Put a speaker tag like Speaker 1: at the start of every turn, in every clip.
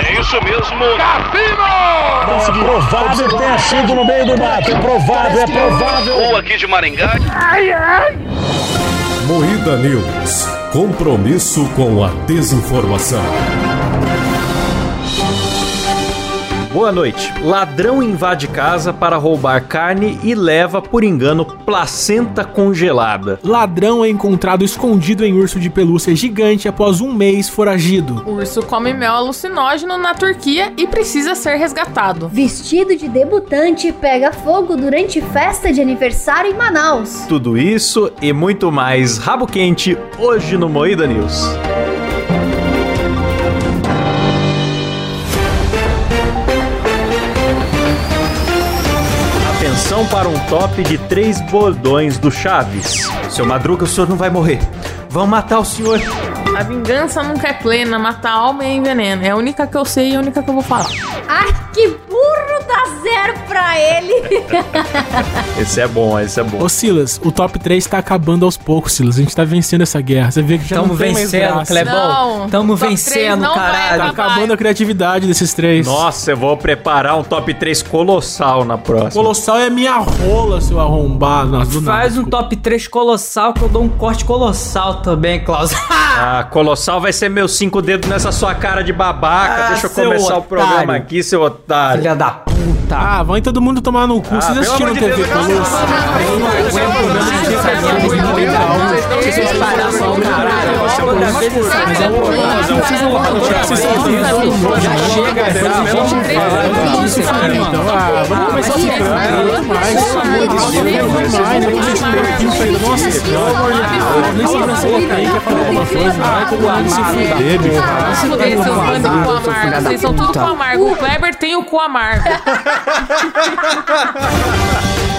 Speaker 1: É isso mesmo. Cassino!
Speaker 2: É provável ter sido no meio do mato. É provável, é provável.
Speaker 1: Ou aqui de Maringá.
Speaker 3: Moída News. Compromisso com a desinformação.
Speaker 4: Boa noite. Ladrão invade casa para roubar carne e leva, por engano, placenta congelada.
Speaker 5: Ladrão é encontrado escondido em urso de pelúcia gigante após um mês foragido.
Speaker 6: Urso come mel alucinógeno na Turquia e precisa ser resgatado.
Speaker 7: Vestido de debutante pega fogo durante festa de aniversário em Manaus.
Speaker 4: Tudo isso e muito mais rabo quente hoje no Moída News. Atenção para um top de três bordões do Chaves. Seu Madruga, o senhor não vai morrer. Vão matar o senhor.
Speaker 6: A vingança nunca é plena, matar alma é envenena. É a única que eu sei e a única que eu vou falar.
Speaker 7: Ai, que burro dá zero pra ele.
Speaker 4: Esse é bom, esse é bom.
Speaker 5: Ô Silas, o top 3 tá acabando aos poucos, Silas. A gente tá vencendo essa guerra. Você vê que já
Speaker 8: Tamo
Speaker 5: não tem mais
Speaker 8: vencendo,
Speaker 5: graça.
Speaker 6: Não,
Speaker 8: Clebão. Tamo
Speaker 6: top três
Speaker 8: vencendo,
Speaker 6: não vai
Speaker 8: caralho.
Speaker 5: Tá acabando a criatividade desses três.
Speaker 4: Nossa, eu vou preparar um top 3 colossal na próxima.
Speaker 5: Colossal é minha rola, seu arrombado. Nossa, do nada,
Speaker 8: Faz um
Speaker 5: desculpa.
Speaker 8: top 3 colossal que eu dou um corte colossal também, Klaus.
Speaker 4: Ah, Colossal vai ser meus cinco dedos nessa sua cara de babaca.
Speaker 8: Ah,
Speaker 4: Deixa eu
Speaker 8: seu
Speaker 4: começar o
Speaker 8: otário.
Speaker 4: programa aqui, seu otário.
Speaker 8: Filha da puta.
Speaker 5: Ah, vai todo mundo tomar no cu. Vocês
Speaker 4: Ah, pelo amor
Speaker 5: assistiram
Speaker 4: de
Speaker 5: TV
Speaker 4: Deus, eu
Speaker 5: Colosso?
Speaker 4: não-
Speaker 8: Eu não aguento mais essa merda. Vocês são os palhaços do caralho.
Speaker 4: é um
Speaker 8: Toda vez que Então, vocês vão falar, vocês vão falar, vocês vão falar. Já chega, velho. Gente,
Speaker 5: Então, ah, vamos começar a se
Speaker 6: vai,
Speaker 5: frustrar.
Speaker 6: vai,
Speaker 5: Muito mais.
Speaker 6: vai, vai,
Speaker 5: Muito mais.
Speaker 6: vai,
Speaker 5: Muito mais. Eu vou te pegar aqui, Fred. Nossa, pelo amor de Deus. Nem se você colocar aí, quer falar alguma coisa. né? Vai todo mundo se fuder, bicho.
Speaker 6: Ah, se fuder, seus bandos com amargo. Vocês são tudo com amargo. O Kleber tem o cu amargo.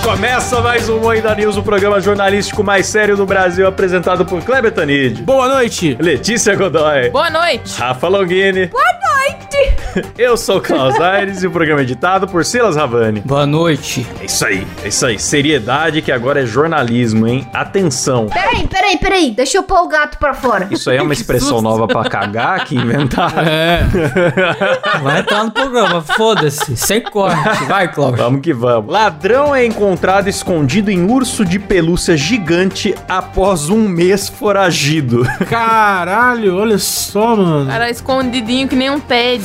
Speaker 4: Começa mais um Moída News, o programa jornalístico mais sério do Brasil, apresentado por Kleber Tanid,
Speaker 5: Boa noite.
Speaker 4: Letícia Godoy,
Speaker 6: Boa noite.
Speaker 4: Rafa Longini. Boa noite! Eu sou o Klaus Aires e o programa é editado por Silas Ravani.
Speaker 8: Boa noite.
Speaker 4: É isso aí, é isso aí. Seriedade que agora é jornalismo, hein? Atenção.
Speaker 7: Peraí, peraí, peraí. Deixa eu pôr o gato pra fora.
Speaker 4: Isso aí é uma expressão nova pra cagar que inventaram.
Speaker 5: É.
Speaker 8: Vai entrar no programa, foda-se. Sem corte. Vai, Klaus.
Speaker 4: Vamos que vamos. Ladrão é encontrado escondido em urso de pelúcia gigante após um mês foragido.
Speaker 5: Caralho, olha só, mano.
Speaker 6: Cara, escondidinho que nem um Ted.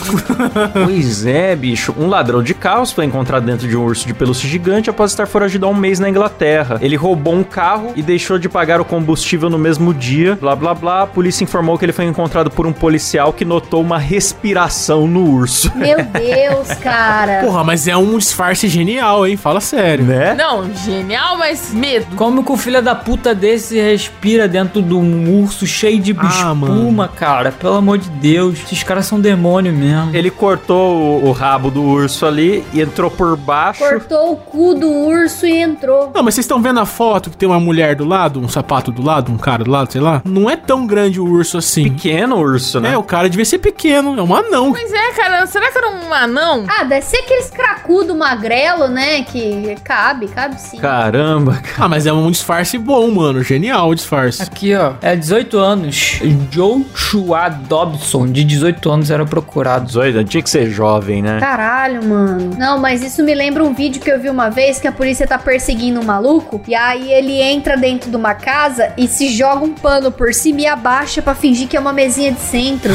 Speaker 4: pois é, bicho. Um ladrão de carros foi encontrado dentro de um urso de pelúcia gigante após estar foragido há um mês na Inglaterra. Ele roubou um carro e deixou de pagar o combustível no mesmo dia. Blá blá blá. A polícia informou que ele foi encontrado por um policial que notou uma respiração no urso.
Speaker 7: Meu Deus, cara.
Speaker 5: Porra, mas é um disfarce genial, hein? Fala sério.
Speaker 4: Né?
Speaker 6: Não, genial, mas medo.
Speaker 8: Como que o filho da puta desse respira dentro de um urso cheio de espuma,
Speaker 5: Ah, mano.
Speaker 8: cara? Pelo amor de Deus. Esses caras são demônio mesmo.
Speaker 4: Ele cortou o, o rabo do urso ali e entrou por baixo.
Speaker 7: Cortou o cu do urso e entrou.
Speaker 5: Não, mas vocês estão vendo a foto que tem uma mulher do lado, um sapato do lado, um cara do lado, sei lá? Não é tão grande o urso assim.
Speaker 4: Pequeno urso, né?
Speaker 5: É, o cara devia ser pequeno, é um anão.
Speaker 6: Pois é, cara, será que era um anão?
Speaker 7: Ah, deve ser aqueles cracudo magrelo, né? Que cabe, cabe sim.
Speaker 4: Caramba,
Speaker 5: Ah, mas é um disfarce bom, mano. Genial o disfarce.
Speaker 8: Aqui, ó. É 18 anos. Joe Chua Dobson, de 18 anos, era procurado.
Speaker 4: 18, tinha que ser jovem,
Speaker 5: Tá.
Speaker 4: né?
Speaker 7: Caralho, mano. Não, mas isso me lembra um vídeo que eu vi uma vez que a polícia tá perseguindo um maluco e aí ele entra dentro de uma casa e se joga um pano por cima e abaixa pra fingir que é uma mesinha de centro.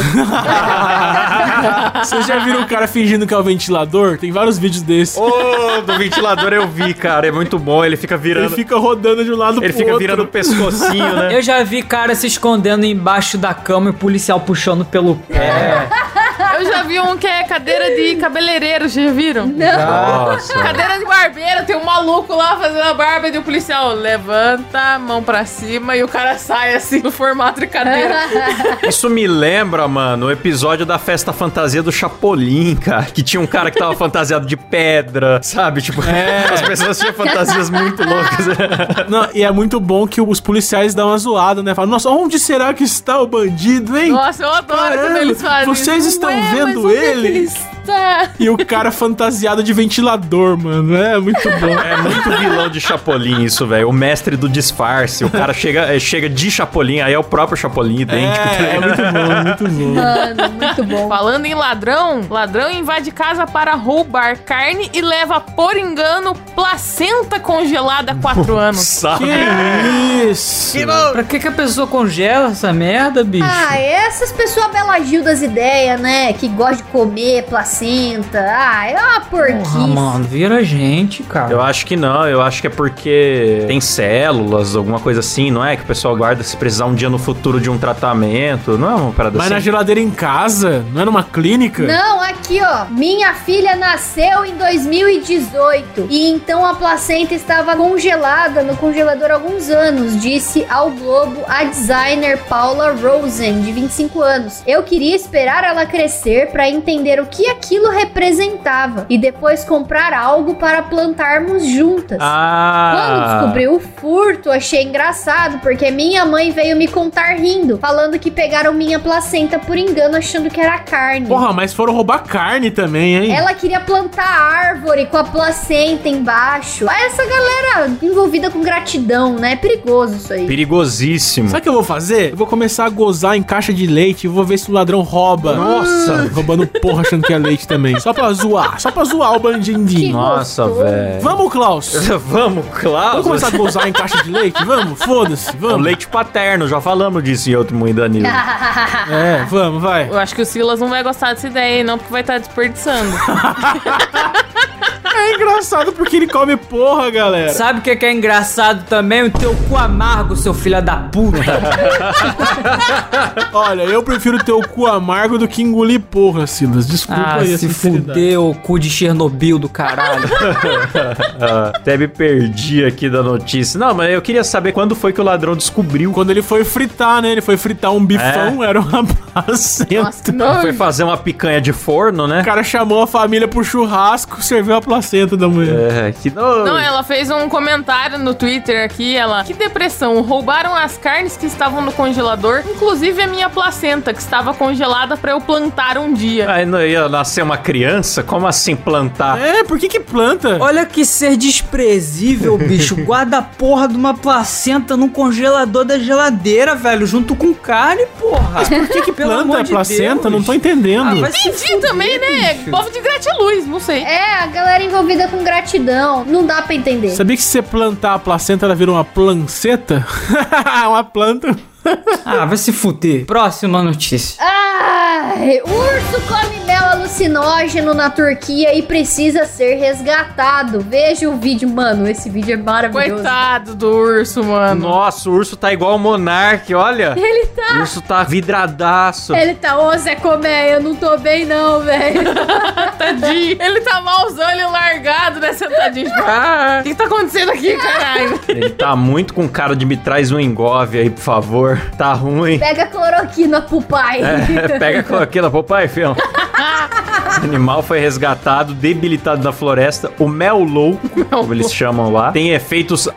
Speaker 5: Vocês já viram o cara fingindo que é o ventilador? Tem vários vídeos desses.
Speaker 4: Ô, do ventilador eu vi, cara. É muito bom. Ele fica
Speaker 5: Ele
Speaker 4: virando.
Speaker 5: fica rodando de um lado
Speaker 4: Ele
Speaker 5: pro
Speaker 4: fica
Speaker 5: outro.
Speaker 4: virando o pescocinho, né?
Speaker 8: Eu já vi cara se escondendo embaixo da cama e o policial puxando pelo pé.
Speaker 6: Eu já vi um que é cadeira de cabeleireiro, já viram?
Speaker 4: Nossa.
Speaker 6: Cadeira de barbeiro, tem um maluco lá fazendo a barba e o policial levanta a mão pra cima e o cara sai assim no formato de cadeira.
Speaker 4: Isso me lembra, mano, o episódio da festa fantasia do Chapolin, cara. Que tinha um cara que tava fantasiado de pedra, sabe? Tipo,
Speaker 5: É.
Speaker 4: as pessoas tinham fantasias muito loucas.
Speaker 5: Não, e é muito bom que os policiais dão uma zoada, né? Falam, nossa, onde será que está o bandido, hein?
Speaker 6: Nossa, eu adoro quando
Speaker 5: Caralho,
Speaker 6: eles fazem.
Speaker 5: vocês
Speaker 6: isso.
Speaker 5: estão
Speaker 6: Ué, mas
Speaker 5: vendo
Speaker 6: onde é que
Speaker 5: ele?
Speaker 6: eles Volta!
Speaker 5: E o cara fantasiado de ventilador, mano. É muito bom.
Speaker 4: É muito vilão de Chapolin isso, velho. O mestre do disfarce. O cara chega, é, chega de Chapolin, aí é o próprio Chapolin idêntico. tá
Speaker 5: É, é
Speaker 4: ligado?
Speaker 5: muito bom, muito bom.
Speaker 7: Mano, muito bom.
Speaker 6: Falando em ladrão, ladrão invade casa para roubar carne e leva, por engano, placenta congelada há quatro anos.
Speaker 4: Sabe? É.
Speaker 5: Que isso?
Speaker 8: Pra que, que a pessoa congela essa merda, bicho?
Speaker 7: Ah, essas pessoas Bela Gil das ideias, né? Que gosta de comer placenta. Ah, é uma porquice.
Speaker 8: Porra, mano, vira gente,
Speaker 4: Eu
Speaker 8: cara.
Speaker 4: acho que não, eu acho que é porque tem células, alguma coisa assim, não é? Que o pessoal guarda se precisar um dia no futuro de um tratamento, não é uma parada
Speaker 5: Mas na
Speaker 4: assim?
Speaker 5: geladeira em casa? Não é numa clínica?
Speaker 7: Não, aqui ó. Minha filha nasceu em 2018 e então a placenta estava congelada no congelador há alguns anos, disse ao Globo a designer Paula Rosen, de 25 anos. Eu queria esperar ela crescer para entender o que aquilo representava e depois comprar algo para plantarmos juntas. Quando
Speaker 4: Ah!
Speaker 7: descobri o furto, achei engraçado, porque minha mãe veio me contar rindo, falando que pegaram minha placenta por engano, achando que era carne.
Speaker 5: Porra, mas foram roubar carne também, hein?
Speaker 7: Ela queria plantar árvore com a placenta embaixo. Ah, Essa galera envolvida com gratidão, né? É perigoso isso aí.
Speaker 4: Perigosíssimo.
Speaker 5: Sabe o que eu vou fazer? Eu vou começar a gozar em caixa de leite e vou ver se o ladrão rouba. Nossa! Roubando porra achando que é leite também. Só pra zoar. Só pra zoar o bandindinho.
Speaker 4: Nossa,
Speaker 7: gostoso.
Speaker 4: velho.
Speaker 5: Vamos, Klaus!
Speaker 4: Vamos,
Speaker 5: Vamos
Speaker 4: Klaus. É
Speaker 5: começar a gozar em caixa de leite? Vamos? Foda-se,
Speaker 4: O
Speaker 5: vamos.
Speaker 4: leite paterno, já falamos disso em outro Mundo Danilo. Ah,
Speaker 5: É, vamos, vai.
Speaker 6: Eu acho que o Silas não vai gostar dessa ideia, hein? Não, porque vai estar desperdiçando.
Speaker 5: É engraçado porque ele come porra, galera.
Speaker 8: Sabe o que, que é engraçado também? O teu cu amargo, seu filho da puta.
Speaker 5: Olha, eu prefiro ter o cu amargo do que engolir porra, Silas. Desculpa
Speaker 8: ah,
Speaker 5: aí a
Speaker 8: se
Speaker 5: sinceridade.
Speaker 8: fudeu, cu de Chernobyl do caralho.
Speaker 4: Ah, até me perdi aqui da notícia. Não, mas eu queria saber quando foi que o ladrão descobriu.
Speaker 5: Quando ele foi fritar, né? Ele foi fritar um
Speaker 8: É.
Speaker 5: bifão, era uma placenta.
Speaker 4: Foi fazer uma picanha de forno, né?
Speaker 5: O cara chamou a família pro churrasco, serviu a placenta da mulher.
Speaker 4: É, que nojo.
Speaker 6: Não, ela fez um comentário no Twitter aqui, ela... Que depressão, roubaram as carnes que estavam no congelador, inclusive a minha placenta, que estava congelada pra eu plantar um dia.
Speaker 4: Aí não ia nascer uma criança? Como assim plantar?
Speaker 5: É, por que que planta?
Speaker 8: Olha que ser desprezível, bicho. Guarda a porra de uma placenta no congelador da geladeira, velho, junto com carne, porra. Mas por que que
Speaker 5: planta, placenta, não tô
Speaker 8: Ah,
Speaker 5: entendendo.
Speaker 8: é
Speaker 6: Entendi também, né? Povo de gratiluz, não sei.
Speaker 7: É, a galera envolvida com gratidão. Não dá pra entender.
Speaker 5: Sabia que se você plantar a placenta, ela vira uma planceta? uma planta.
Speaker 8: Ah, vai se fuder. Próxima notícia.
Speaker 7: Ai, urso come mel alucinógeno na Turquia e precisa ser resgatado. Veja o vídeo, mano. Esse vídeo é maravilhoso.
Speaker 6: Coitado do urso, mano.
Speaker 4: Nossa, o urso tá igual o Monark, olha. Ele tá. O urso tá vidradaço.
Speaker 7: Ele tá, ô Zé Comé, eu não tô bem não, velho.
Speaker 6: Tadinho. Ele tá malzão, ele largado, né? Sentadinho. Tipo, ah, o que tá acontecendo aqui, caralho?
Speaker 4: Ele tá muito com cara de me traz um engove aí, por favor. Tá ruim.
Speaker 7: Pega cloroquina pro pai.
Speaker 4: É, pega com aquilo, papai, filho. O animal foi resgatado, debilitado na floresta. O mel louco, como eles chamam lá, tem efeitos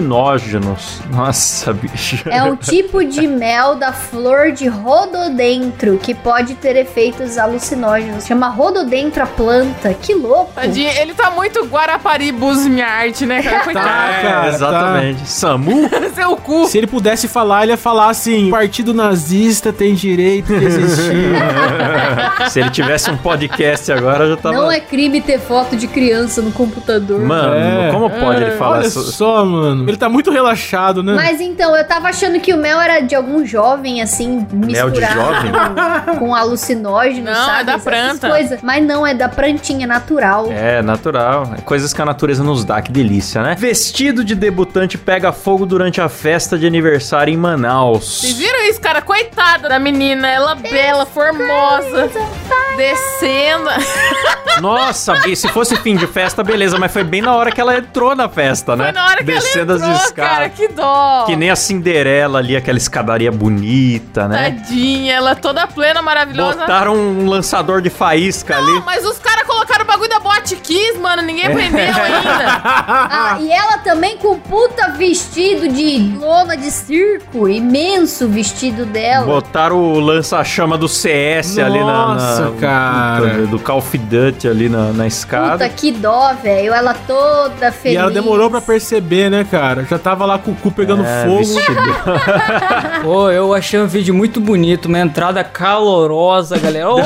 Speaker 4: alucinógenos. Nossa, bicho.
Speaker 7: É um tipo de mel da flor de rododendro que pode ter efeitos alucinógenos. Chama rododendro a planta. Que louco.
Speaker 6: Tadinho. Ele tá muito Guarapari minha arte, né, cara? Coitado.
Speaker 4: É,
Speaker 5: cara, tá.
Speaker 4: exatamente. Samu?
Speaker 6: Seu cu.
Speaker 5: Se ele pudesse falar, ele ia falar assim: partido nazista tem direito de existir.
Speaker 4: Se ele tivesse um podcast agora, já tava.
Speaker 7: Não é crime ter foto de criança no computador.
Speaker 4: Tá Mano,
Speaker 5: É.
Speaker 4: como pode ele falar
Speaker 5: Olha
Speaker 4: isso?
Speaker 5: só, mano. Ele tá muito relaxado, né?
Speaker 7: Mas então, eu tava achando que o mel era de algum jovem, assim,
Speaker 4: Mel de
Speaker 7: misturado
Speaker 4: jovem?
Speaker 7: com, com alucinógeno,
Speaker 6: Não,
Speaker 7: sabe?
Speaker 6: é da
Speaker 7: Essas
Speaker 6: planta.
Speaker 7: coisas. Mas não, é da plantinha natural.
Speaker 4: É, natural. É Coisas que a natureza nos dá, que delícia, né? Vestido de debutante pega fogo durante a festa de aniversário em Manaus.
Speaker 6: Vocês viram isso, cara? Coitada da menina. Ela bela, formosa.
Speaker 7: é
Speaker 6: Descendo.
Speaker 4: Né? Nossa, Bi, se fosse fim de festa, beleza, mas foi bem na hora que ela entrou na festa, né?
Speaker 6: Foi na hora que
Speaker 4: Descendo
Speaker 6: ela entrou,
Speaker 4: as escadas.
Speaker 6: cara. Que dó.
Speaker 4: Que nem a Cinderela ali, aquela escadaria bonita, né?
Speaker 6: Tadinha. Ela toda plena, maravilhosa.
Speaker 4: Botaram um lançador de faísca ali.
Speaker 6: Mas os caras colocaram bagulho da Botkiss, mano, ninguém prendeu ainda.
Speaker 7: Ah, e ela também com um puta vestido de lona de circo, imenso vestido dela.
Speaker 4: Botaram o lança-chama do CS ali na.
Speaker 5: Nossa,
Speaker 4: na-
Speaker 5: cara.
Speaker 4: Do Call of Duty ali na, na
Speaker 7: Puta
Speaker 4: escada.
Speaker 7: que dó, velho. Ela toda feliz.
Speaker 5: E ela demorou pra perceber, né, cara? Já tava lá com o cu pegando
Speaker 4: É,
Speaker 5: fogo.
Speaker 4: vestido.
Speaker 8: Pô, eu achei um vídeo muito bonito, uma entrada calorosa, galera. Ô,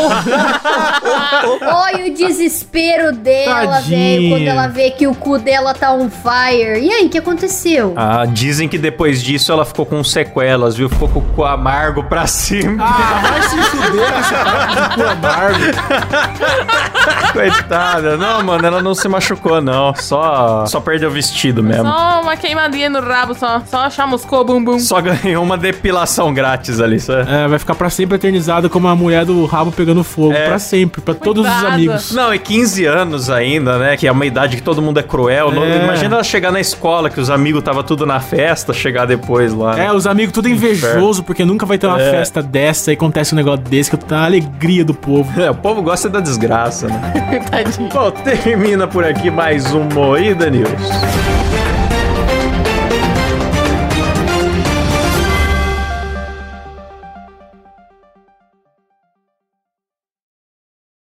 Speaker 7: Olha o desespero dela,
Speaker 5: Tadinha.
Speaker 7: velho, quando ela vê que o cu dela tá on fire. E aí, o que aconteceu?
Speaker 4: Ah, dizem que depois disso ela ficou com sequelas, viu? Ficou com o cu amargo pra cima.
Speaker 5: Ah, vai se fuder com essa cara de cu amargo.
Speaker 4: Coitada. Não, mano, ela não se machucou, não. Só, só perdeu o vestido mesmo.
Speaker 6: Só uma queimadinha no rabo, só. Só chamuscou, bum bum.
Speaker 4: Só ganhou uma depilação grátis ali. Só...
Speaker 5: É, vai ficar pra sempre eternizada como a mulher do rabo pegando fogo.
Speaker 4: É.
Speaker 5: Pra sempre, pra todos os
Speaker 6: Coitada.
Speaker 5: amigos.
Speaker 4: Não, e 15 anos ainda, né? Que é uma idade que todo mundo é cruel. Não-
Speaker 5: É.
Speaker 4: Imagina ela chegar na escola, que os amigos tava tudo na festa, chegar depois lá. né?
Speaker 5: É, os amigos tudo invejoso, porque nunca vai ter uma festa dessa e acontece um negócio desse que tá na alegria do povo.
Speaker 4: É, o povo gosta da desgraça, né?
Speaker 6: Tadinho.
Speaker 4: Bom, termina por aqui mais um Moída News.